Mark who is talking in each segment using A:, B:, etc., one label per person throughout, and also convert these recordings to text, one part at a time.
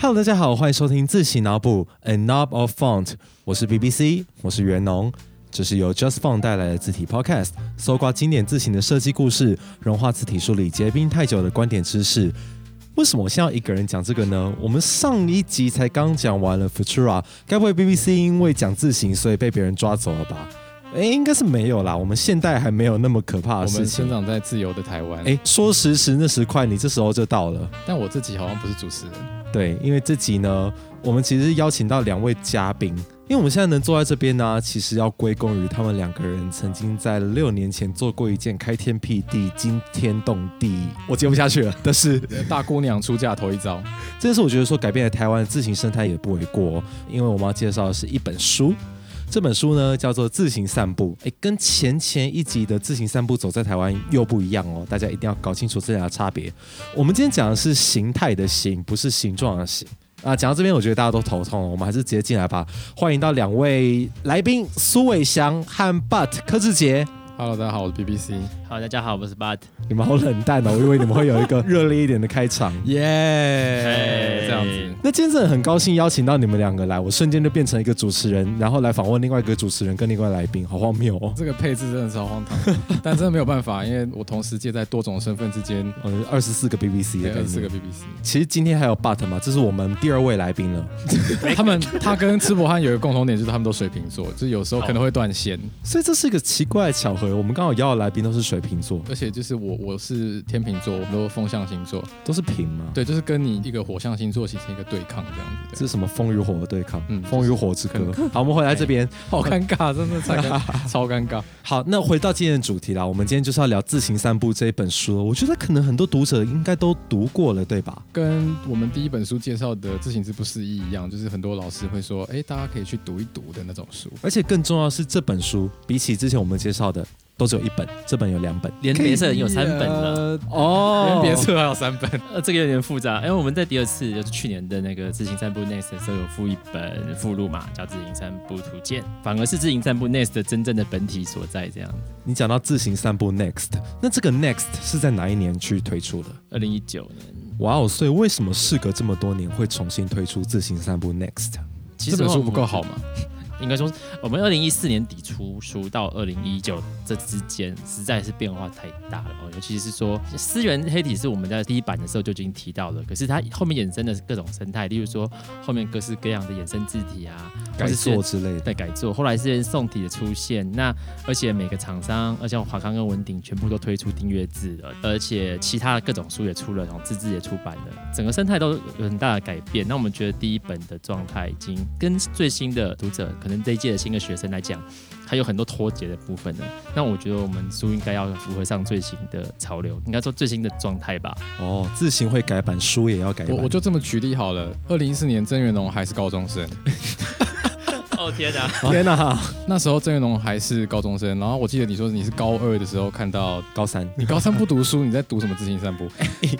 A: Hello，大家好，欢迎收听自行脑补 A Knob of Font，我是 BBC，我是袁农。这是由 Just Font 带来的字体 Podcast，搜刮经典字形的设计故事，融化字体梳理结冰太久的观点知识。为什么我现在要一个人讲这个呢？我们上一集才刚讲完了 Futura，该不会 BBC 因为讲字形所以被别人抓走了吧？诶，应该是没有啦，我们现代还没有那么可怕的
B: 我
A: 事
B: 们
A: 情
B: 生。长在自由的台湾，
A: 诶，说时迟那时快，你这时候就到了。
B: 但我自己好像不是主持人，
A: 对，因为这集呢，我们其实邀请到两位嘉宾，因为我们现在能坐在这边呢、其实要归功于他们两个人曾经在六年前做过一件开天辟地、惊天动地，我接不下去了但是
B: 大姑娘出嫁头一遭，
A: 这件事我觉得说改变了台湾的字形生态也不为过，因为我们要介绍的是一本书。这本书呢叫做《自行散步》，诶，跟前前一集的《自行散步走在台湾》又不一样哦，大家一定要搞清楚这俩差别。我们今天讲的是形态的形，不是形状的形。啊，讲到这边，我觉得大家都头痛哦了，我们还是直接进来吧。欢迎到两位来宾苏伟翔和 But 柯志杰。
B: Hello，大家好，我是 BBC，
C: 好，大家好，我是 Bud。
A: 你们好冷淡哦，我以为你们会有一个 热烈一点的开场。
B: 耶、
C: 嘿
B: 这样子，
A: 那今天真的很高兴邀请到你们两个来，我瞬间就变成一个主持人，然后来访问另外一个主持人跟另外来宾，好荒谬哦！
B: 这个配置真的超 荒唐，但真的没有办法，因为我同时介在多种身份之间，
A: 嗯，二十四个 BBC 的概
B: 二
A: 念。
B: 十四个 BBC，
A: 其实今天还有 But 嘛，这是我们第二位来宾了，
B: 他们他跟赤博汉有一个共同点，就是他们都水瓶座，就是有时候可能会断线，
A: 所以这是一个奇怪的巧合。我们刚好邀的来宾都是水瓶座，
B: 而且就是我我是天秤座，我们都风象星座，
A: 都是平嘛。，
B: 对，就是跟你一个火象星座形成一个对抗这样子，
A: 这是什么风与火的对抗？
B: 嗯
A: 风与火之歌。好，我们回来这边。
B: 对好尴尬，真的超尴尬超尴尬。
A: 好，那回到今天的主题啦，我们今天就是要聊《自行散步》这一本书。我觉得可能很多读者应该都读过了，对吧？
B: 跟我们第一本书介绍的《自行之不思议》一样，就是很多老师会说，哎，大家可以去读一读的那种书。
A: 而且更重要的是，这本书比起之前我们介绍的，都只有一本，这本有两本
C: 连别册已经有三本了，
A: 哦
B: 连别册还有三本，
C: 呃，这个有点复杂，因为我们在第二次就是去年的那个自行散步 Next 的时候有附一本附录嘛，叫《自行散步图鉴》，反而是自行散步 Next 的真正的本体所在。这样，
A: 你讲到自行散步 Next，那这个 Next 是在哪一年去推出的？
C: 二零一九年，
A: 哇哦！所以为什么事隔这么多年会重新推出自行散步 Next？
C: 其
B: 这
C: 实
B: 本书
C: 我
B: 不够好嘛？
C: 应该说是我们二零一四年底出书到二零一九这之间，实在是变化太大了哦。尤其是说思源黑体是我们在第一版的时候就已经提到了，可是它后面衍生的各种生态，例如说后面各式各样的衍生字体啊，
A: 改
C: 或是
A: 作之类的。
C: 的改作，后来是宋体的出现，那而且每个厂商，而且华康跟文鼎全部都推出订阅制了，而且其他的各种书也出了，然后自制也出版了，整个生态都有很大的改变。那我们觉得第一本的状态已经跟最新的读者，可能这一届的新的学生来讲，还有很多脱节的部分呢。那我觉得我们书应该要符合上最新的潮流，应该说最新的状态吧。
A: 哦，自行会改版，书也要改版。
B: 我我就这么举例好了。二零一四年郑元龙还是高中生，
C: 哦天哪！
A: 天啊哪！
B: 那时候郑元龙还是高中生。然后我记得你说你是高二的时候看到，
A: 高三，
B: 你高三不读书，你在读什么自行 散步？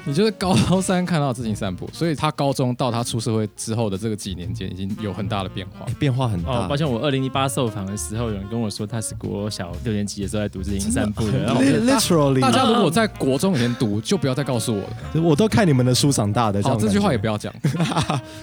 B: 你就是高三看到自行散步，所以他高中到他出社会之后的这个几年间，已经有很大的变化
A: 哎。变化很大。
C: 哦，抱歉，我二零一八受访的时候，有人跟我说他是国小六年级的时候在读《自行散步》的，然后我就
A: Li- Literally，
B: 大家如果在国中以前读，就不要再告诉我了。
A: 我都看你们的书长大的。
B: 好，
A: 种
B: 哦这句
A: 感
B: 话
A: 觉
B: 也不要讲。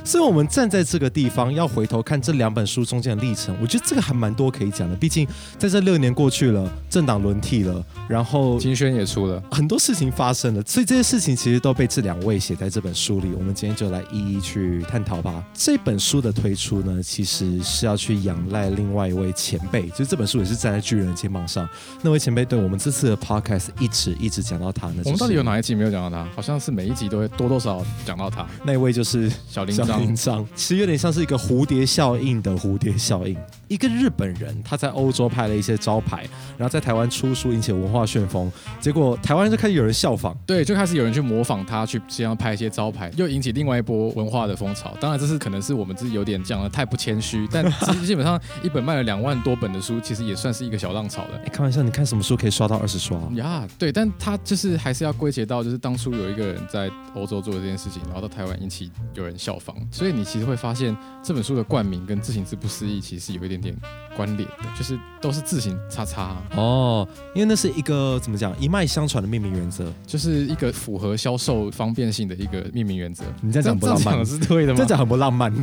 A: 所以，我们站在这个地方，要回头看这两本书中间的历程，我觉得这个还蛮多可以讲的。毕竟在这六年过去了，政党轮替了，然后
B: 金轩也出 了。
A: 很多事情发生了，所以这些事情其实都被这两位写在这本书里。我们今天就来一一去探讨吧。这本书的推出呢，其实是要去仰赖另外一位前辈，就是这本书也是站在巨人的肩膀上。那位前辈对我们这次的 podcast 一直一直讲到他呢，
B: 我们到底有
A: 就是
B: 哪一集没有讲到他？好像是每一集都会多多少少讲到他。
A: 那一位就是
B: 小铃
A: 小
B: 铛
A: 铃铛，其实有点像是一个蝴蝶效应的蝴蝶效应。一个日本人他在欧洲拍了一些招牌，然后在台湾出书，引起文化旋风，结果台湾就开始有人效仿。
B: 对，就开始有人去模仿他，去街上拍一些招牌，又引起另外一波文化的风潮。当然，这是可能是我们自己有点讲的太不谦虚，但基基本上一本卖了两万多本的书，其实也算是一个小浪潮了。
A: 哎，开玩笑，你看什么书可以刷到二十刷啊、
B: 呀对，但他就是还是要归结到，就是当初有一个人在欧洲做的这件事情，然后到台湾引起有人效仿，所以你其实会发现这本书的冠名跟自行之不思议其实有一点点点关联的，就是都是字形叉叉，
A: 哦，因为那是一个怎么讲一脉相传的命名原则。
B: 就是一个符合销售方便性的一个命名原则。
A: 你这样讲不浪
B: 这样
A: 漫
B: 讲，是对的吗
A: 这？讲很不浪漫。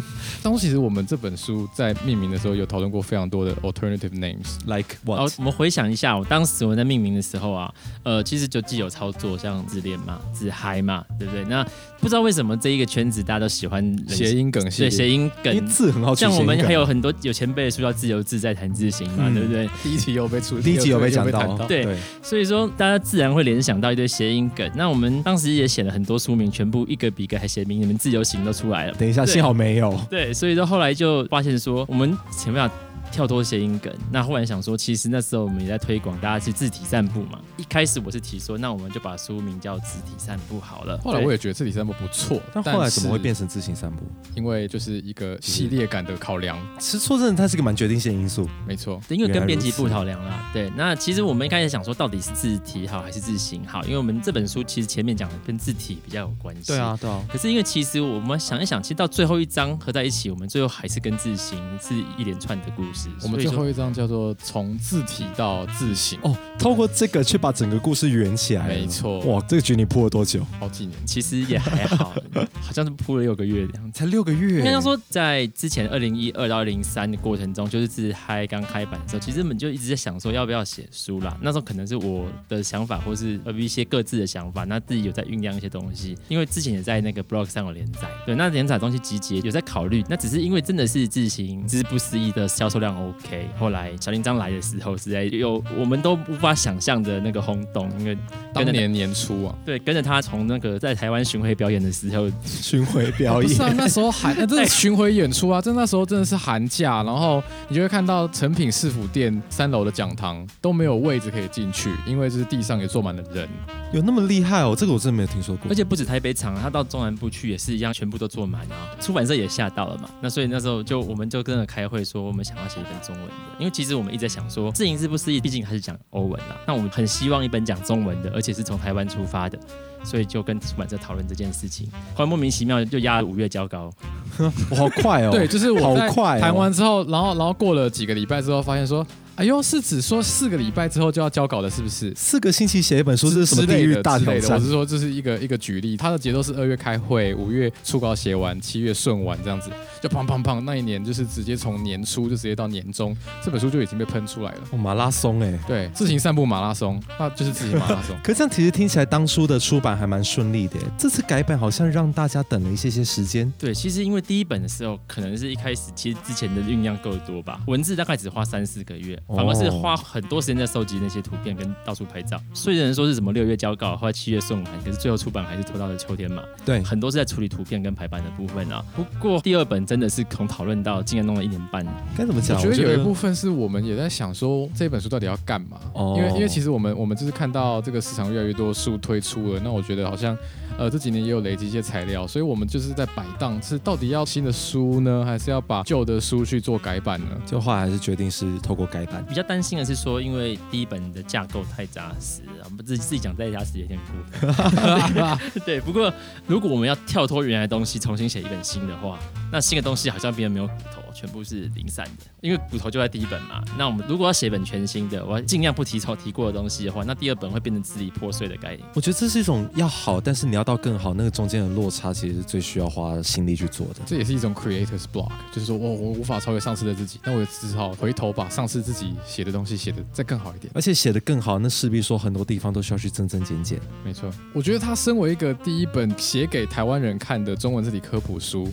B: 当时其实我们这本书在命名的时候有讨论过非常多的 alternative names，
A: Like
C: 然后
A: what？
C: 我们回想一下，我当时我们在命名的时候啊，呃，其实就既有操作，像自恋嘛、自嗨嘛，对不对？那不知道为什么这一个圈子大家都喜欢人
B: 谐音梗系
C: 对
B: 列。
C: 谐音
A: 因为
C: 梗。
A: 字很好取谐
C: 像
A: 音梗。啊
C: 我们还有很多有前辈的书叫《自由自在谈自行》嘛，
A: 嗯
C: 对不对？
B: 第一集有被出，
A: 第一集有被讲到
B: 谈
A: 哦，
C: 对所以说大家自然会联想到一堆谐音梗。那我们当时也写了很多书名，全部一个比一个还写明，你们自由行都出来了。
A: 等一下，
C: 对
A: 幸好没有。
C: 对，所以说后来就发现说，我们前面要跳脱谐音梗，那忽然想说，其实那时候我们也在推广大家去字体散步嘛。一开始我是提说，那我们就把书名叫《字体散步》好了。
B: 后来
C: 对
B: 我也觉得这里三部不错，
A: 但后来怎么会
B: 是
A: 变成自行散步？
B: 因为就是一个系列感的考量，
A: 其实说真的，它是个蛮决定性的因素。
B: 没错。
C: 对因为
A: 原
C: 跟
A: 来
C: 编辑
A: 如此
C: 部讨量啦，对。那其实我们一开始想说，到底是字体好还是字形好？因为我们这本书其实前面讲的跟字体比较有关系。。，
A: 对啊。
C: 可是因为其实我们想一想，其实到最后一章合在一起，我们最后还是跟字形是一连串的故事。
B: 我们
C: 所以
B: 最
C: 说
B: 后一章叫做“从字体到字形
A: 哦，透过这个去把整个故事圆起”，来。
B: 没。错，
A: 哇，这个局你铺了多久？
B: 好几年。
C: 其实也还好，好像是铺了六个月这样子。
A: 才六个月
C: 应该说，在之前二零一二到二零三的过程中，就是自嗨刚开版的时候，其实我们就一直在想说要不要写书啦。那时候可能是我的想法，或是呃一些各自的想法，那自己有在酝酿一些东西。因为之前也在那个 blog 上有连载，对，那连载的东西集结有在考虑。那只是因为真的是自行之不思议的销售量 OK，后来小林章来的时候，实在有我们都无法想象的那个轰动，因为
B: 当年年初啊，
C: 对跟着他从那个在台湾巡回表演的时候，
A: 巡回表
B: 不
A: 演
B: 是，啊，那时候 寒，那真的是巡回演出啊，真的那时候真的是寒假，然后你就会看到成品市府店三楼的讲堂都没有位置可以进去，因为就是地上也坐满了人。
A: 有那么厉害哦？这个我真的没有听说过
C: 而。且不止台北场啊，他到中南部去也是一样，全部都坐满啊。出版社也吓到了嘛，那所以那时候就我们就跟着开会说，我们想要写一本中文的，因为其实我们一直在想说，自营是不是毕竟还是讲欧文啊，那我们很希望一本讲中文的，而且是从台湾出发的。所以就跟出版社讨论这件事情，后来莫名其妙就压了五月交稿，
A: 哇，好快哦！
B: 对，，就是
A: 好
B: 我在
A: 快哦
B: 谈完之后，然后然后过了几个礼拜之后，发现说，哎呦，是指说四个礼拜之后就要交稿的，是不是？
A: 四个星期写一本书，这是什么
B: 之
A: 地
B: 类
A: 狱
B: 的
A: 大
B: 之
A: 挑
B: 类的，我
A: 战
B: 是？说这是一个一个举例，它的节奏是二月开会，五月初稿写完，七月顺完这样子，就砰砰砰，那一年就是直接从年初就直接到年中，这本书就已经被喷出来了。
A: 哦，马拉松哎。
B: 对，自行散步马拉松，那就是自行马拉
A: 。
B: 松
A: 可这样其实听起来当初的出版还蛮顺利的耶，这次改版好像让大家等了一些些时间。
C: 对，其实因为第一本的时候，可能是一开始其实之前的酝酿够多吧，文字大概只花三四个月，
A: 哦
C: 反而是花很多时间在收集那些图片跟到处拍照。虽然说是什么六月交稿，后来七月送完，可是最后出版还是拖到了秋天嘛。
A: 对，
C: 很多是在处理图片跟排版的部分啊。不过第二本真的是从讨论到竟然弄了一年半，
A: 该怎么
B: 我
A: 讲？
B: 觉得有一部分是我们也在想说这本书到底要干嘛，
A: 哦
B: 因为因为其实我们我们就是看到这个市场越来越多书推出了，那我觉得好像呃这几年也有累积一些材料，所以我们就是在摆荡，是到底要新的书呢，还是要把旧的书去做改版呢？
A: 就后来还是决定是透过改版。
C: 比较担心的是说，因为第一本的架构太扎实了，我们自己自己讲太扎实有点过分。对，不 过如果我们要跳脱原来的东西，重新写一本新的话，那新的东西好像别人没有骨头，全部是零散的，因为骨头就在第一本嘛。那我们如果要写一本全新的，我要尽量不提头提过的东西的话，那第二本会变成支离破碎的概念。
A: 我觉得这是一种要好，但是你要到更好，那个中间的落差其实是最需要花心力去做的。
B: 这也是一种 creators block，就是说我我无法超越上次的自己，那我只好回头把上次自己写的东西写得再更好一点。
A: 而且写得更好，那势必说很多地方都需要去增增减减。
B: 没错，我觉得他身为一个第一本写给台湾人看的中文字体科普书，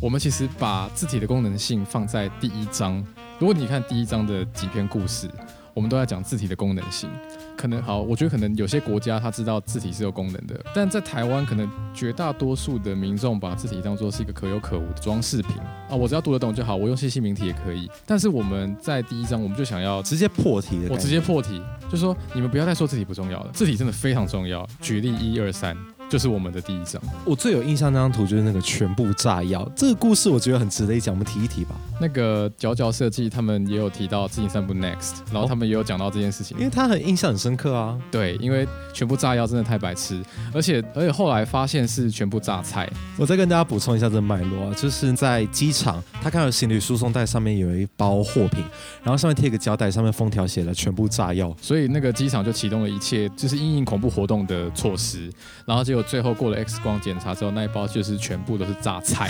B: 我们其实把字体的功能性放在第一章。如果你看第一章的几篇故事，我们都在讲字体的功能性。可能好，我觉得可能有些国家他知道字体是有功能的，但在台湾可能绝大多数的民众把字体当做是一个可有可无的装饰品啊，我只要读得懂就好，我用细细明体也可以。但是我们在第一章，我们就想要
A: 直接破题的感觉，
B: 我直接破题，就说你们不要再说字体不重要了，字体真的非常重要。举例一二三，就是我们的第一章。
A: 我最有印象那张图就是那个全部炸药，这个故事我觉得很值得一讲，我们提一提吧。
B: 那个角角设计他们也有提到《自行散步 Next》，然后他们也有讲到这件事情
A: 哦因。为他很印象很深刻啊。
B: 对，因为全部炸药真的太白痴，而且而且后来发现是全部榨菜，
A: 我再跟大家补充一下这个脉络啊，就是在机场，他看到行李输送带上面有一包货品，然后上面贴一个胶带，上面封条写了全部炸药。
B: 所以那个机场就启动了一切就是因应恐怖活动的措施，然后结果最后过了 X 光检查之后，那一包就是全部都是榨 菜。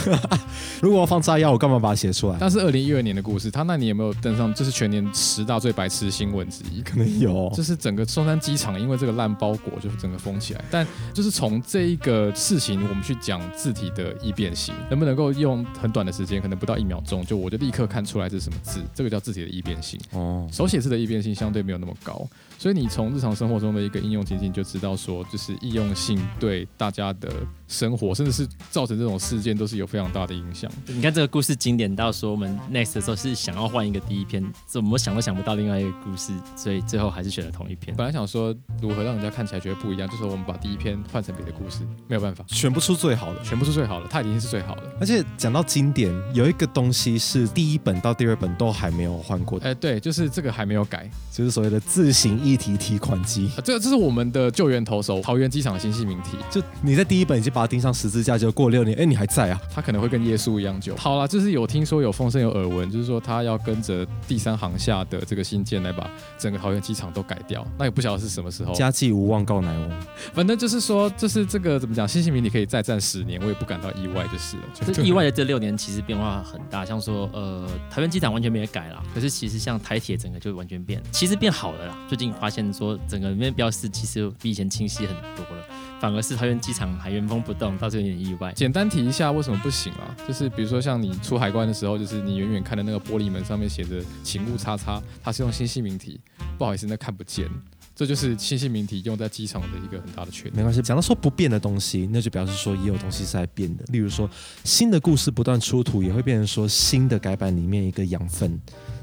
A: 如果要放炸药，我干嘛把它写出来？
B: 但是二零一二年的故事，他那年有没有登上就是全年十大最白痴新闻之 一？
A: 可能有，
B: 就是整个松山机场因为这个烂包裹就是整个封起来，但就是从这一个事情，我们去讲字体的易变性，能不能够用很短的时间，可能不到一秒钟，就我就立刻看出来这是什么字，这个叫字体的易变性。
A: 哦，
B: 手写字的易变性相对没有那么高，所以你从日常生活中的一个应用情境就知道说，就是易用性对大家的生活，甚至是造成这种事件都是有非常大的影响。
C: 你看这个故事经典到说，我们 next 的时候是想要换一个第一篇，怎么想都想不到另外一个故事，所以最后还是选了同一篇。
B: 本来想说如何让人家看起来觉得不一样，就是我们把第一篇换成别的故事，没有办法，
A: 选不出最好的。
B: 全部是最好的，它已经是最好的。
A: 而且讲到经典，有一个东西是第一本到第二本都还没有换过的，
B: 哎，对，就是这个还没有改
A: 就是所谓的自行议题提款机。
B: 啊，这个这是我们的救援投手桃园机场的新系名题，
A: 就你在第一本已经把它钉上十字架，结果过六年，哎，你还在啊？
B: 他可能会跟耶稣一样久。好啦，就是有听说有风声有耳闻，就是说他要跟着第三航厦的这个新建来把整个桃园机场都改掉，那也不晓得是什么时候。
A: 家祭无望告乃翁，
B: 反正就是说，就是这个怎么讲，新系名题可以再战十年，我也不感到意外就是了。就
C: 这意外的这六年其实变化很大，像说呃，台湾机场完全没有改啦，可是其实像台铁整个就完全变，其实变好了啦。最近发现说整个里面标示其实比以前清晰很多了，反而是桃园机场还原封不动，倒是有点意外。
B: 简单提一下为什么不行啊？就是比如说像你出海关的时候，就是你远远看的那个玻璃门上面写着“请勿叉叉”，它是用新系名体，不好意思，那看不见。这就是新系名体用在机场的一个很大的缺点。
A: 没关系。讲到说不变的东西，那就表示说也有东西是在变的。例如说，新的故事不断出土，也会变成说新的改版里面一个养分。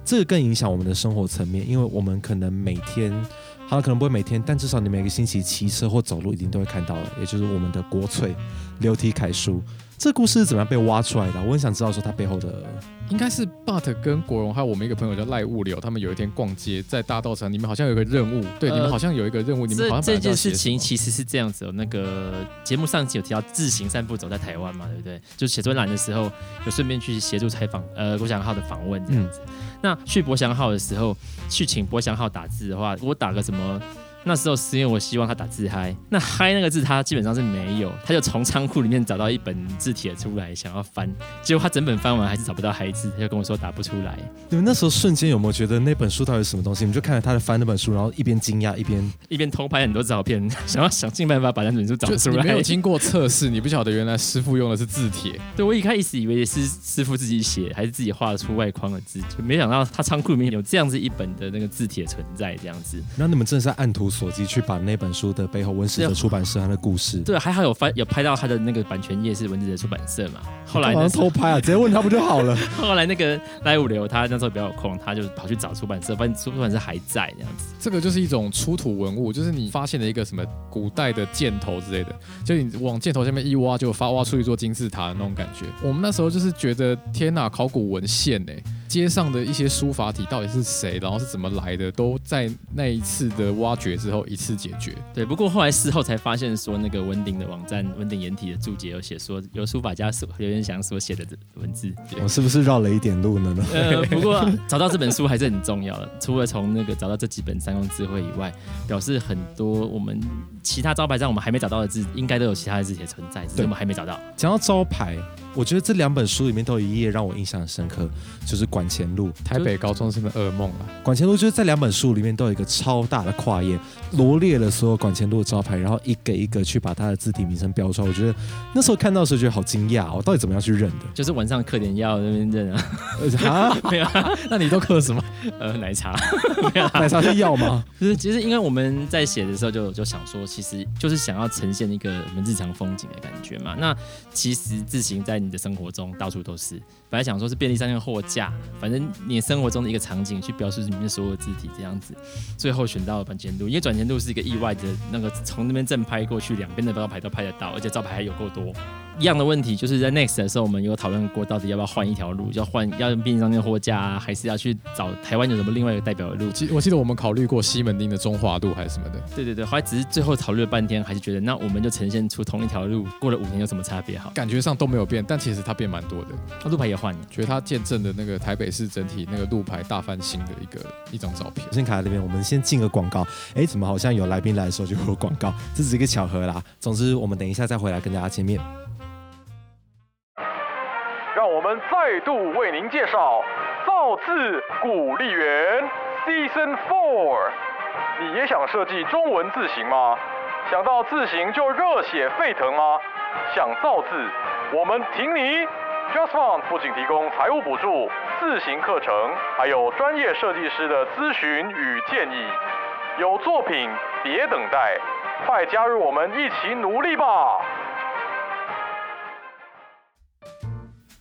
A: 这个更影响我们的生活层面，因为我们可能每天，好了，可能不会每天，但至少你每个星期骑车或走路一定都会看到的，也就是我们的国粹流体楷书。这故事是怎么样被挖出来的？我很想知道说它背后的
B: 应该是 But 跟国荣还有我们一个朋友叫赖物流，他们有一天逛街在大道城，你们好像有一个任务，对，
C: 呃
B: 你们好像有一个任务，你们好像
C: 这这
B: 本来就
C: 件
B: 要写
C: 事情
B: 什么
C: 其实是这样子、哦，那个节目上期有提到自行散步走在台湾嘛，对不对？就写专栏的时候，有顺便去协助采访呃郭祥浩的访问
B: 嗯
C: 这
A: 嗯
C: 样子。那去博祥浩的时候，去请博祥浩打字的话，我打个什么？那时候是因为我希望他打字嗨，那嗨那个字他基本上是没有，他就从仓库里面找到一本字帖出来想要翻，结果他整本翻完还是找不到嗨字，他就跟我说打不出来。
A: 你们那时候瞬间有没有觉得那本书到底是什么东西？你们就看着他在翻那本书，然后一边惊讶一边
C: 一边偷拍很多照片，想要想尽办法把那本书找
B: 就
C: 出
B: 你
C: 来。
B: 没有经过测试，你不晓得原来师傅用的是字帖，
C: 对，我一开始以为是师傅自己写，还是自己画出外框的字，就没想到他仓库里面有这样子一本的那个字帖存在，这样子。
A: 然后你们真的是按图索骥去把那本书的背后温史哲出版社它的故事，
C: 对，还好有翻有拍到他的那个版权页是文字的出版社嘛。后来
A: 干嘛
C: 呢，
A: 偷拍啊，直接问他不就好了？
C: 后来那个赖五流他那时候比较有空，他就跑去找出版社，发现出版社还在这样子。
B: 这个就是一种出土文物，就是你发现了一个什么古代的箭头之类的，就你往箭头下面一挖，就发挖出一座金字塔的那种感觉。我们那时候就是觉得，天哪，考古文献呢、街上的一些书法体到底是谁，然后是怎么来的，都在那一次的挖掘之后一次解决。
C: 对，不过后来事后才发现说，那个文鼎的网站文鼎掩体的注解有写说，由书法家所刘元祥所写的文字。
A: 我是不是绕了一点路呢？
C: 呃，不过找到这本书还是很重要的。除了从那个找到这几本三公智慧以外，表示很多我们其他招牌上我们还没找到的字，应该都有其他的字帖存在，只是我们还没找到。
A: 讲到招牌，我觉得这两本书里面都有一页让我印象很深刻，就是管前路。
B: 台北高中生的噩梦啊！
A: 管前路就是在两本书里面都有一个超大的跨页，罗列了所有管前路的招牌，然后一个一个去把它的字体名称标出来。我觉得那时候看到的时候觉得好惊讶、哦，我到底怎么样去认的？
C: 就是晚上嗑点药那边认啊，
A: 而且 啊，
C: 没有啊，
A: 那你都刻什么？
C: 呃，奶茶。
A: 奶茶是药吗？
C: 就是其实因为我们在写的时候就就想说，其实就是想要呈现一个我们日常风景的感觉嘛。那其实字形在你的生活中到处都是，本来想说是便利商店的货架，反正你生活中的一个场景去表述里面所有的字体这样子，最后选到了转前路，因为转前路是一个意外的那个从那边正拍过去，两边的招牌都拍得到，而且招牌还有够多。一样的问题就是在 Next 的时候，我们有讨论过到底要不要换一条路，要换要用便利商店货架、啊，还是要去找台湾有什么另外一个代表的路？
B: 记我记得我们考虑过西门町的中华路还是什么的，
C: 对对对，后来只是最后讨论了半天，还是觉得那我们就呈现出同一条路，过了五年有什么差别好？
B: 感觉上都没有变，但其实它变蛮多的。
C: 啊路牌也换了。
B: 觉得它见证了那个台北市整体那个路牌大翻新的一个一张照片
A: 我。先卡在这边，我们先进个广告。哎，怎么好像有来宾来的时候就会有广告？这只是一个巧合啦。总之，我们等一下再回来跟大家见面。
D: 让我们再度为您介绍造字鼓励员 Season Four。你也想设计中文字型吗？想到字型就热血沸腾吗？想造字，我们挺你。Just Font 不仅提供财务补助、字型课程，还有专业设计师的咨询与建议。有作品别等待，快加入我们一起努力吧！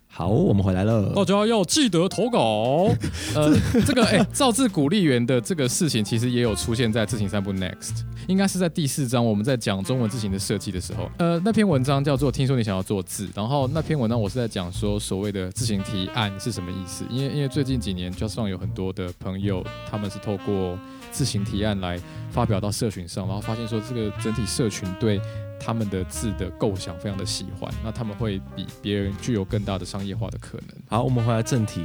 A: 好，我们回来了。
C: 哦
B: 大家要记得投稿。呃，这个哎、造字鼓励员的这个事情，其实也有出现在《字形散步 Next》，应该是在第四章我们在讲中文字形的设计的时候。呃，那篇文章叫做《听说你想要做字》，然后那篇文章我是在讲说所谓的字形提案是什么意思，因为因为最近几年 Just Fun 有很多的朋友，他们是透过字形提案来发表到社群上，然后发现说这个整体社群对他们的字的构想非常的喜欢，那他们会比别人具有更大的商业化的可能。
A: 好，我们回来正题。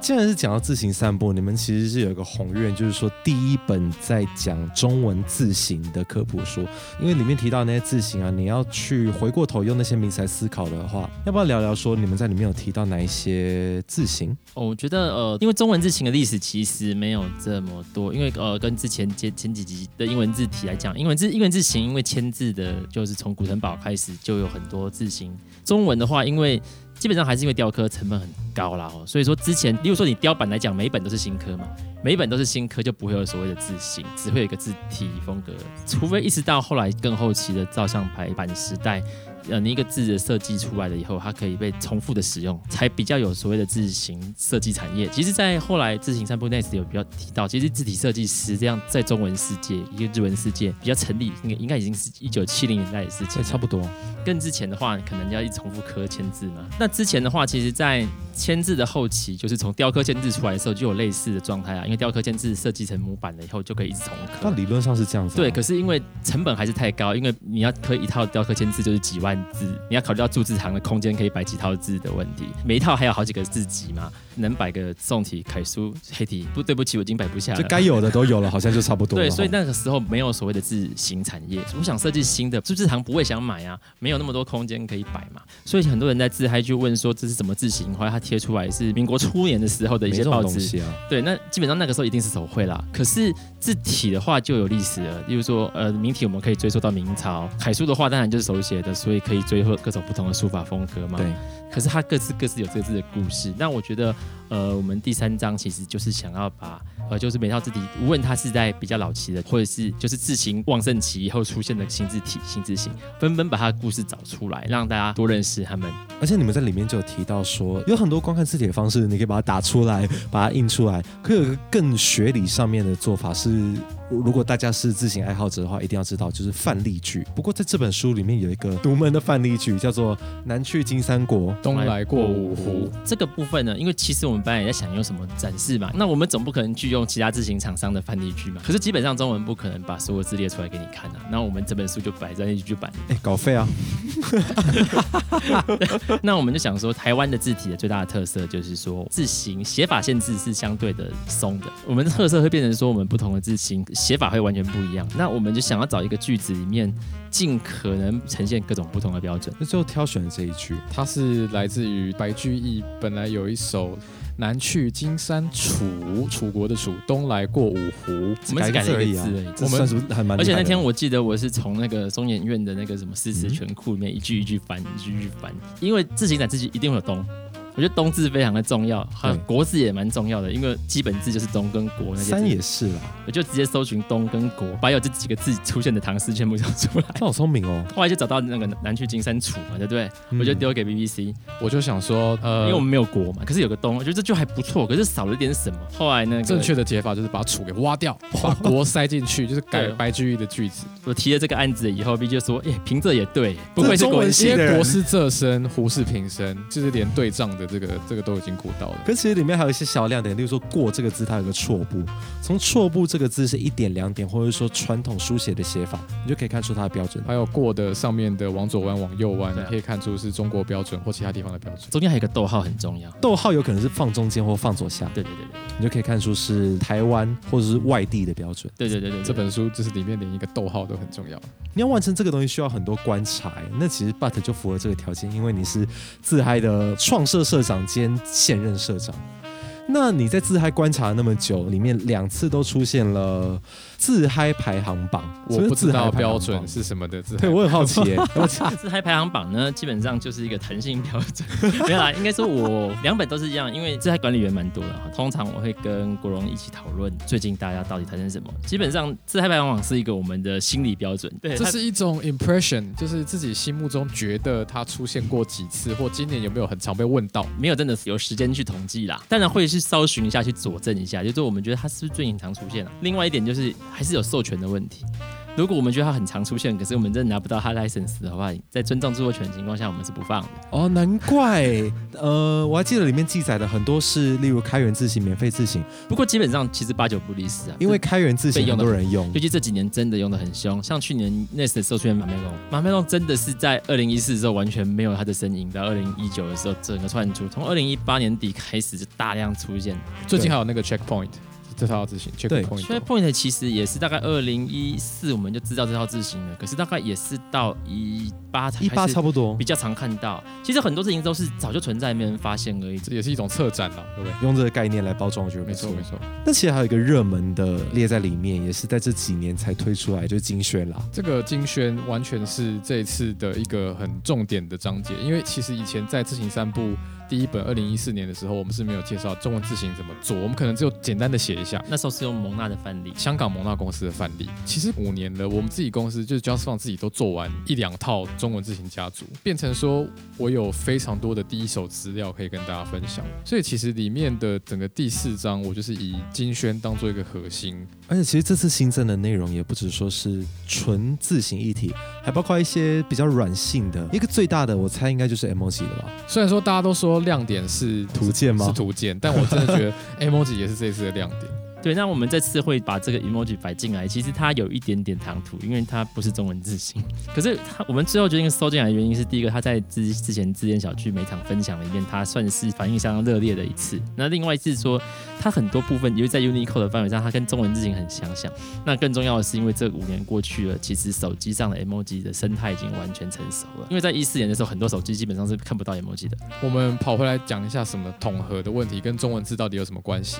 A: 既然是讲到字形散步，你们其实是有一个宏愿，就是说第一本在讲中文字形的科普书，因为里面提到那些字形啊，你要去回过头用那些名词来思考的话，要不要聊聊说你们在里面有提到哪一些字形？
C: 哦，我觉得呃，因为中文字形的历史其实没有这么多，因为呃，跟之前前前几集的英文字体来讲，英文字英文字形因为签字的，就是从古腾堡开始就有很多字形。中文的话，因为基本上还是因为雕刻成本很高啦哦，所以说之前，例如说你雕版来讲，每一本都是新科嘛，每一本都是新科就不会有所谓的字形，只会有一个字体风格，除非一直到后来更后期的照相排版时代。呃，你一个字的设计出来了以后，它可以被重复的使用，才比较有所谓的字形设计产业。其实，在后来字形散步 next 有比较提到，其实字体设计师这样在中文世界，一个日文世界比较成立，应该应该已经是一九七零年代的事情了，
A: 不多。
C: 更之前的话，可能要一直重复刻签字嘛。那之前的话，其实在签字的后期，就是从雕刻签字出来的时候，就有类似的状态啊。因为雕刻签字设计成模板了以后，就可以一直重
A: 那
C: 刻。
A: 理论上是这样子、啊
C: 对，可是因为成本还是太高，因为你要刻一套雕刻签字就是几万字，你要考虑到注字行的空间可以摆几套字的问题，每一套还有好几个字集嘛，能摆个宋体、楷书、黑体，不对不起，我已经摆不下了。
A: 就该有的都有了，好像就差不多了。
C: 对，所以那个时候没有所谓的自行产业，我想设计新的，是不是行不会想买啊？没有那么多空间可以摆嘛，所以很多人在自嗨去问说这是什么字型，后来他贴出来是民国初年的时候的
A: 没
C: 一些
A: 这种
C: 报
A: 东
C: 纸，
A: 西啊，
C: 对，那基本上那个时候一定是手绘啦。可是字体的话就有历史了，例如说，呃，明体我们可以追溯到明朝，楷书的话当然就是手写的，所以可以追溯各种不同的书法风格嘛。
A: 对。
C: 可是它各自各自有各自的故事。那我觉得，呃，我们第三章其实就是想要把，呃，就是每套字体，无论它是在比较老期的，或者是就是字形旺盛期以后出现的新字体、新字形，纷纷把它的故事找出来，让大家多认识他们。
A: 而且你们在里面就有提到说，有很多观看字体的方式，你可以把它打出来， 把它印出来。可有一个更学理上面的做法是，如果大家是自行爱好者的话，一定要知道就是范例句。不过在这本书里面有一个独门的范例句，叫做“南去金山国
B: 东来过五湖，
C: 这个部分呢，因为其实我们班也在想用什么展示嘛，那我们总不可能去用其他自行厂商的范例句嘛。可是基本上中文不可能把所有字列出来给你看啊。那我们这本书就摆在例句版，”，
A: 哎，稿费啊，
C: 那我们就想说，台湾的字体的最大的特色就是说，字形写法限制是相对的松的。我们的特色会变成说，我们不同的字形写法会完全不一样。那我们就想要找一个句子里面，尽可能呈现各种不同的标准。
A: 那最后挑选了这一句。
B: 它是来自于白居易本来有一首《南去金山楚》，楚国的楚，东来过五湖。
C: 我们只改了一个
A: 改个
C: 字而已。
A: 这算是还蛮厉害的，
C: 而且那天我记得我是从那个中研院的那个什么诗词全库里面一句一句翻，一句一句翻，因为字形展字句一定会有东，我觉得东字非常的重要，还有
A: 对
C: 国字也蛮重要的，因为基本字就是东跟国那些字。
A: 三也是啦，
C: 我就直接搜寻东跟国，把有这几个字出现的唐诗全部找出来。
A: 他好聪明哦。
C: 后来就找到那个南去金山楚嘛，对不对？
A: 嗯
C: 我就丢给 BBC，、
B: 我就想说，呃，
C: 因为我们没有国嘛，可是有个东，我觉得这就还不错，可是少了点什么。后来那个
B: 正确的解法就是把楚给挖 掉，把国塞进去，就是改
C: 对
B: 白居易的句子。
C: 我提了这个案子以后，B 就说：“耶，哎平仄也对，不愧是
A: 中
C: 国
A: 文
C: 文
A: 系
C: 系
B: 因
A: 的
B: 为
A: 人
B: 国是仄声，胡是平声，就是连对仗的这个这个都已经顾到了。
A: 可是其实里面还有一些小亮点，例如说“过”这个字，它有个错部，从错部这个字是一点两点，或者说传统书写的写法，你就可以看出它的标准。
B: 还有过的上面的往左弯往右弯，
C: 对
B: 你
C: 啊
B: 可以看出是中国标准或其他地方的标准。
C: 中间还有一个逗号很重要。
A: 逗号有可能是放中间或放左下，
C: 对对对对
A: 你就可以看出是台湾或者是外地的标准。
C: 对对对对，
B: 这本书就是里面连一个逗号都很重要。
A: 你要完成这个东西需要很多观察，欸那其实 But 就符合这个条件，因为你是自嗨的创社社长兼现任社长。那你在自嗨观察那么久，里面两次都出现了自嗨排行榜，
B: 我
A: 什么
B: 不
A: 是
B: 知
A: 自嗨
B: 道
A: 排行
B: 标
A: 榜
B: 准是什么的字，
A: 对我很好奇耶、欸我
C: 对自嗨排行榜呢，基本上就是一个弹性标准。 没有啦，应该说我两本都是一样，因为自嗨管理员蛮多的哈。通常我会跟国荣一起讨论最近大家到底谈成什么。基本上自嗨排行榜是一个我们的心理标准，对，
B: 这
C: 它
B: 是一种 impression，就是自己心目中觉得它出现过几次，或今年有没有很常被问到。
C: 没有真的有时间去统计啦，当然会去搜寻一下，去佐证一下，就是我们觉得它是不是最近常出现啊。另外一点就是还是有授权的问题。如果我们觉得它很常出现，可是我们真的拿不到它 license 的话，在尊重著作权的情况下，我们是不放的。
A: 哦，难怪。呃，我还记得里面记载的很多是，例如开源自行、免费自行，
C: 不过基本上其实八九不离十啊，
A: 因为开源自行
C: 被
A: 很
C: 用得
A: 多人用
C: 尤。其这几年真的用的很凶，像去年 Nest 的授权马梅龙，马梅龙真的是在二零一四的时候完全没有他的身影，到二零一九的时候整个窜出，从二零一八年底开始就大量出现。
B: 最近还有那个 checkpoint，这套字型
A: 对
B: checkpoint。
C: SharePoint 其实也是大概二零一四我们就知道这套字型了，可是大概也是到一八才
A: 一八
C: 开始
A: 差不多
C: 比较常看到。其实很多事情都是早就存在，没人发现而已。
B: 这也是一种策展了，对不对？
A: 用这个概念来包装，我觉得
B: 没
A: 不
B: 错
A: 错
B: 没。错，
A: 那其实还有一个热门的列在里面，也是在这几年才推出来，就是金萱啦。
B: 这个金宣完全是这一次的一个很重点的章节，因为其实以前在自行三部第一本二零一四年的时候，我们是没有介绍中文字形怎么做，我们可能只有简单的写一下。
C: 那时候是用蒙娜的范例，
B: 香港蒙纳公司的范例，其实五年了，我们自己公司就是 Just Fun 自己都做完一两套中文字型家族，变成说我有非常多的第一手资料可以跟大家分享。所以其实里面的整个第四章，我就是以金宣当做一个核心，
A: 而且其实这次新增的内容也不只说是纯自行议题，还包括一些比较软性的。一个最大的，我猜应该就是 emoji 了吧？
B: 虽然说大家都说亮点是
A: 图鉴吗
B: 是图鉴，但我真的觉得 emoji 也是这次的亮点。
C: 对，那我们这次会把这个 emoji 摆进来，其实它有一点点唐突，因为它不是中文字型。可是它我们最后决定收进来的原因是，第一个它在之之前自建小聚每场分享里面，它算是反应相当热烈的一次。那另外是说，它很多部分，尤其在 Unicode 的范围上，它跟中文字型很相像。那更重要的是，因为这五年过去了，其实手机上的 emoji 的生态已经完全成熟了。因为在一四年的时候，很多手机基本上是看不到 emoji 的。
B: 我们跑回来讲一下什么统合的问题跟中文字到底有什么关系？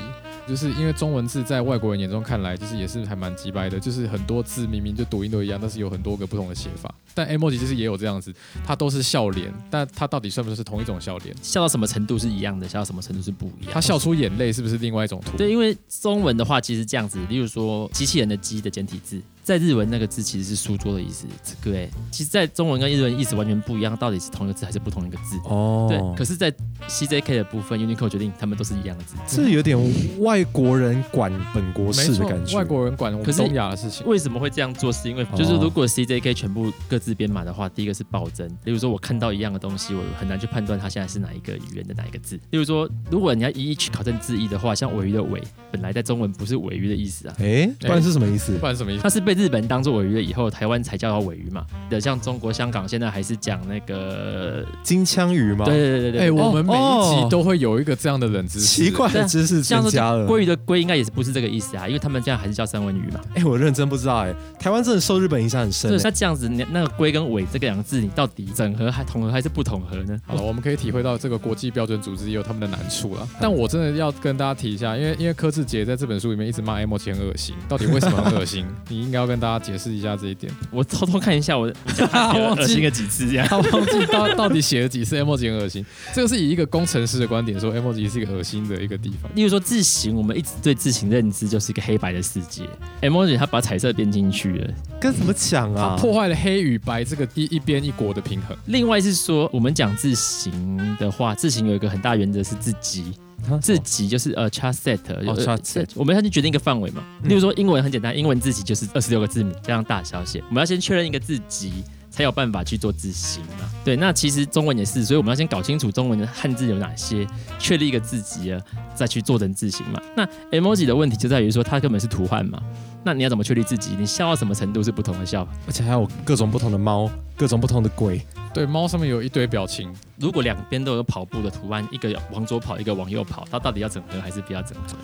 B: 就是因为中文字在外国人眼中看来，就是也是还蛮鸡掰的，就是很多字明明就读音都一样，但是有很多个不同的写法。但 emoji 就是也有这样子，它都是笑脸，但它到底算不算是同一种笑脸？
C: 笑到什么程度是一样的，笑到什么程度是不一样的。
B: 它笑出眼泪是不是另外一种图？
C: 对，因为中文的话其实这样子，例如说机器人的“机”的简体字，在日文那个字其实是书桌的意思。这个哎，其实，在中文跟日文意思完全不一样，到底是同一个字还是不同一个字？
A: 哦
C: 对，可是，在 CJK 的部分，Unicode 决定他们都是一样的字。
A: 这有点外国人管本国
B: 没
A: 事的
B: 错
A: 感，觉。
B: 外国人管我
C: 可
B: 们
C: 是
B: 东亚的事情。
C: 为什么会这样做？是因为
A: 哦
C: 就是如果 CJK 全部各自编码的话，第一个是暴增。例如说，我看到一样的东西，我很难去判断它现在是哪一个语言的哪一个字。例如说，如果你要一一去考证字义的话，像尾鱼的尾，本来在中文不是尾鱼的意思啊，
A: 哎，不然是什么意思
B: 不？然什么意思？
C: 它是被日本当做尾鱼了以后，台湾才叫它尾鱼嘛。的，像中国香港现在还是讲那个，
A: 金枪鱼吗？
C: 对，对对对
B: 哎、
C: 对，
B: 我们每一
A: 哦
B: 集都会有一个这样的冷知识。
A: 奇怪的知识
C: 像
A: 增
C: 是
A: 加了。
C: 鲑鱼的鲑应该也是不是这个意思啊，因为他们这样还是叫三文鱼嘛。
A: 哎，我认真不知道哎，台湾真的受日本影响很深
C: 所以
A: 欸。
C: 它这样子，你那个龟跟尾这个两个字，你到底整合还统合还是不统合呢？
B: 好了，我们可以体会到这个国际标准组织也有他们的难处了。但我真的 要跟大家提一下，因为因为柯志杰在这本书里面一直骂 M 很恶心，到底为什么很恶心？你应该该要跟大家解释一下这一点。
C: 我偷偷看一下我的，我
B: 忘记
C: 恶心了几次 这样。
B: 他忘记到到底写了几次 emoji 很恶心。这个是以一个工程师的观点说 emoji 是一个恶心的一个地方。
C: 例如说字形，我们一直对字形认知就是一个黑白的世界。emoji 它把彩色变进去了。
A: 跟什么抢
B: 它
A: 啊？
B: 破坏了黑与白这个一一边一国的平衡。
C: 另外是说，我们讲字形的话，字形有一个很大原则是字集，
A: 啊
C: 字集就是呃 chart set，
A: 哦
C: 呃
A: chart
C: 这
A: set
C: 我们要去决定一个范围嘛。
A: 嗯
C: 例如说英文很简单，英文字集就是二十六个字母这样大小写，我们要先确认一个字集。才有办法去做字形嘛？对，那其实中文也是，所以我们要先搞清楚中文的汉字有哪些，确立一个字集了，再去做成字形嘛。那 emoji 的问题就在于说，它根本是图案嘛，那你要怎么确立字集？你笑到什么程度是不同的笑法？
A: 而且还有各种不同的猫，各种不同的鬼。
B: 对，猫上面有一堆表情，
C: 如果两边都有跑步的图案，一个往左跑，一个往右跑，它到底要整合还是不要整合？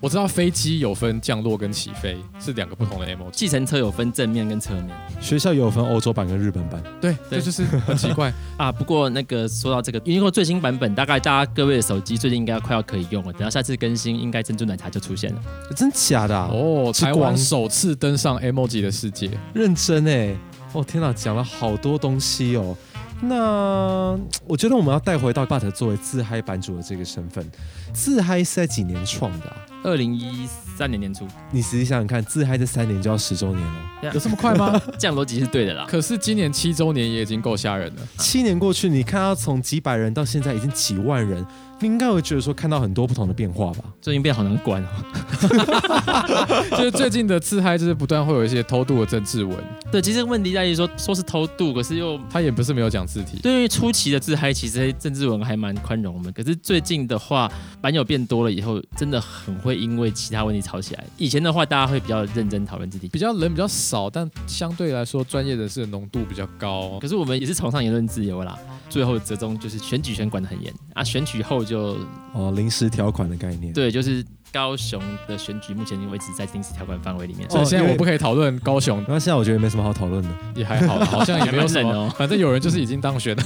B: 我知道飞机有分降落跟起飞是两个不同的 emoji。
C: 计程车有分正面跟侧面
A: 学校也有分欧洲版跟日本版，
B: 对，
C: 对
B: 这就是很奇 怪。
C: 啊。不过那个说到这个 Uniqlo 最新版本，大概大家各位的手机最近应该快要可以用了，等到下次更新，应该珍珠奶茶就出现了。
A: 真假的、啊？
B: 哦，
A: 是
B: 台
A: 光
B: 湾首次登上 emoji 的世界。
A: 认真哎！哦天哪，讲了好多东西哦。那我觉得我们要带回到 But 作为自嗨版主的这个身份，自嗨是在几年创的、啊？
C: 二零一三年年初，
A: 你仔细想想看，自嗨这三年就要十周年了。
C: 啊
B: 有这么快吗？
C: 这样逻辑是对的啦。
B: 可是今年七周年也已经够吓人了。
A: 七年过去，你看到从几百人到现在已经几万人，你应该会觉得说看到很多不同的变化吧？
C: 最近变好难管哦。
B: 就是最近的自嗨，就是不断会有一些偷渡的政治文，
C: 对，其实问题在于说，说是偷渡，可是又
B: 他也不是没有讲字体。
C: 对于初期的自嗨，其实政治文还蛮宽容的。可是最近的话，版友变多了以后，真的很会因为其他问题吵起来。以前的话，大家会比较认真讨论自己。
B: 比较人比较少，但相对来说专业人士的浓度比较高。
C: 可是我们也是崇尚言论自由啦，最后折中就是选举权管得很严啊，选举后就
A: 哦，临时条款的概念。
C: 对，就是高雄的选举目前为止在临时条款范围里面，
A: 哦
B: 所以
A: 因
B: 现在
A: 为
B: 我不可以讨论高雄，
A: 那现在我觉得没什么好讨论的
B: 也还好啦，好像也没有什
C: 还蛮冷
B: 么
C: 哦，
B: 反正有人就是已经当选了。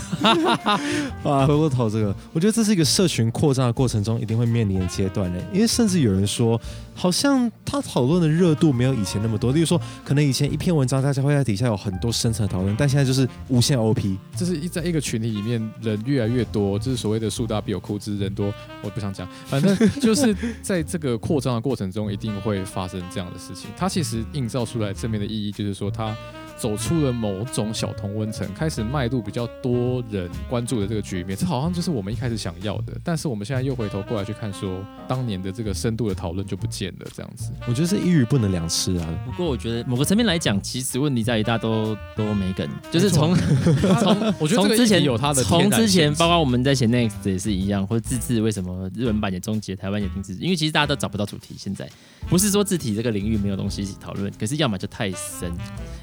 A: 啊。回过头这个，我觉得这是一个社群扩张的过程中一定会面临的阶段欸嘞，因为甚至有人说，好像他讨论的热度没有以前那么多。例如说，可能以前一篇文章大家会在底下有很多深层的讨论，但现在就是无限 OP。
B: 就是一在一个群体里面，人越来越多，就是所谓的树大必有枯枝，人多我不想讲，反正就是在这个扩张的过程中，一定会发生这样的事情。它其实映照出来正面的意义，就是说它走出了某种小同温层，开始迈入比较多人关注的这个局面。这好像就是我们一开始想要的，但是我们现在又回头过来去看说当年的这个深度的讨论就不见了，这样子。
A: 我觉得是一语不能两吃啊。
C: 不过我觉得某个层面来讲，其实问题在于大家都都没梗，就是从
B: 从我觉得这
C: 从
B: 个
C: 之
B: 议
C: 前
B: 题有它的
C: 从
B: 天然
C: 之前
B: 性质
C: 包括我们在写 Next 也是一样，或者自制为什么日文版也终结，台湾也停止，因为其实大家都找不到主题。现在不是说字体这个领域没有东西讨论，可是要么就太深，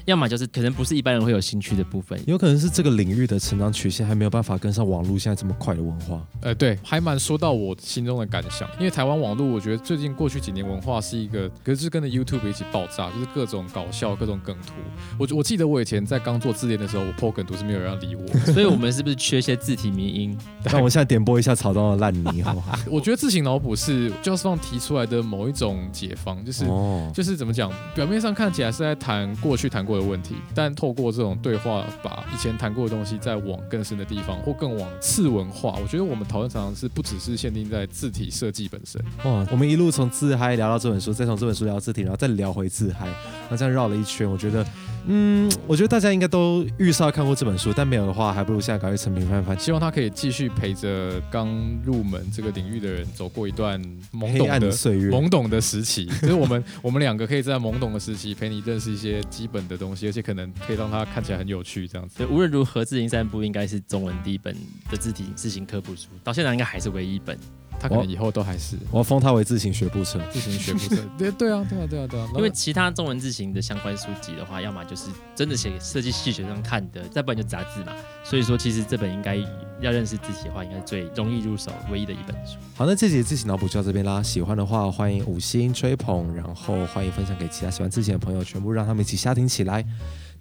C: 要么就是可能不是一般人会有兴趣的部分。
A: 有可能是这个领域的成长曲线还没有办法跟上网络现在这么快的文化。
B: 呃，对，还蛮说到我心中的感想，因为台湾网络，我觉得最近过去几年文化是一个，可是跟着 YouTube 一起爆炸，就是各种搞笑、各种梗图。我我记得我以前在刚做自恋的时候，我 po 梗图是没有人要理我。
C: 所以我们是不是缺一些字体迷音？
A: 那我们现在点播一下草东的烂泥，好不好？
B: 我觉得自行脑补是 j o s 提出来的某一种解放，就是。
A: 哦，
B: 就是怎么讲，表面上看起来是在谈过去谈过的问题，但透过这种对话，把以前谈过的东西再往更深的地方，或更往次文化。我觉得我们讨论常常是不只是限定在字体设计本身。
A: 哇，我们一路从自嗨聊到这本书，再从这本书聊到字体，然后再聊回自嗨，那这样绕了一圈，我觉得，嗯，我觉得大家应该都预稍看过这本书，但没有的话，还不如现在赶快成品翻翻。
B: 希望他可以继续陪着刚入门这个领域的人走过一段懵
A: 黑
B: 懂
A: 暗的
B: 的。
A: 岁月，
B: 懵懂的时期， 就是我们我们两个可以在懵懂的时期陪你认识一些基本的东西，而且可能可以让它看起来很有趣，这样子。
C: 对，无论如何，字形散步应该是中文第一本的字体字形科普书，到现在应该还是唯一一本。
B: 他可能以后都 还是
A: 我要封它为自行学步车。
B: 自行学不成。对对啊，对啊，对啊，对啊。
C: 因为其他中文字形的相关书籍的话，要么就是真的写给设计系学生看的，再不然就杂志嘛。所以说，其实这本应该要认识字体的话，应该最容易入手唯一的一本书。
A: 好，那这集的自行脑补就到这边啦。喜欢的话，欢迎五星吹捧，然后欢迎分享给其他喜欢自行的朋友，全部让他们一起瞎听起来。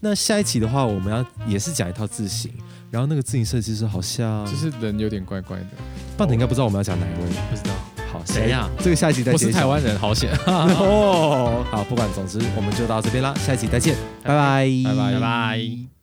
A: 那下一期的话，我们要也是讲一套字形，然后那个字形设计师好像，
B: 就是人有点怪怪的。
A: 棒子应该不知道我们要讲哪一位。
C: 不知道，
A: 好，
C: 谁呀
A: 这个下一集再
B: 我
A: 揭
B: 是台
A: 晓。
B: 湾人，好险。
A: 哦，好，不管，总之我们就到这边啦，下一集再见，拜拜，
B: 拜拜
C: 拜拜。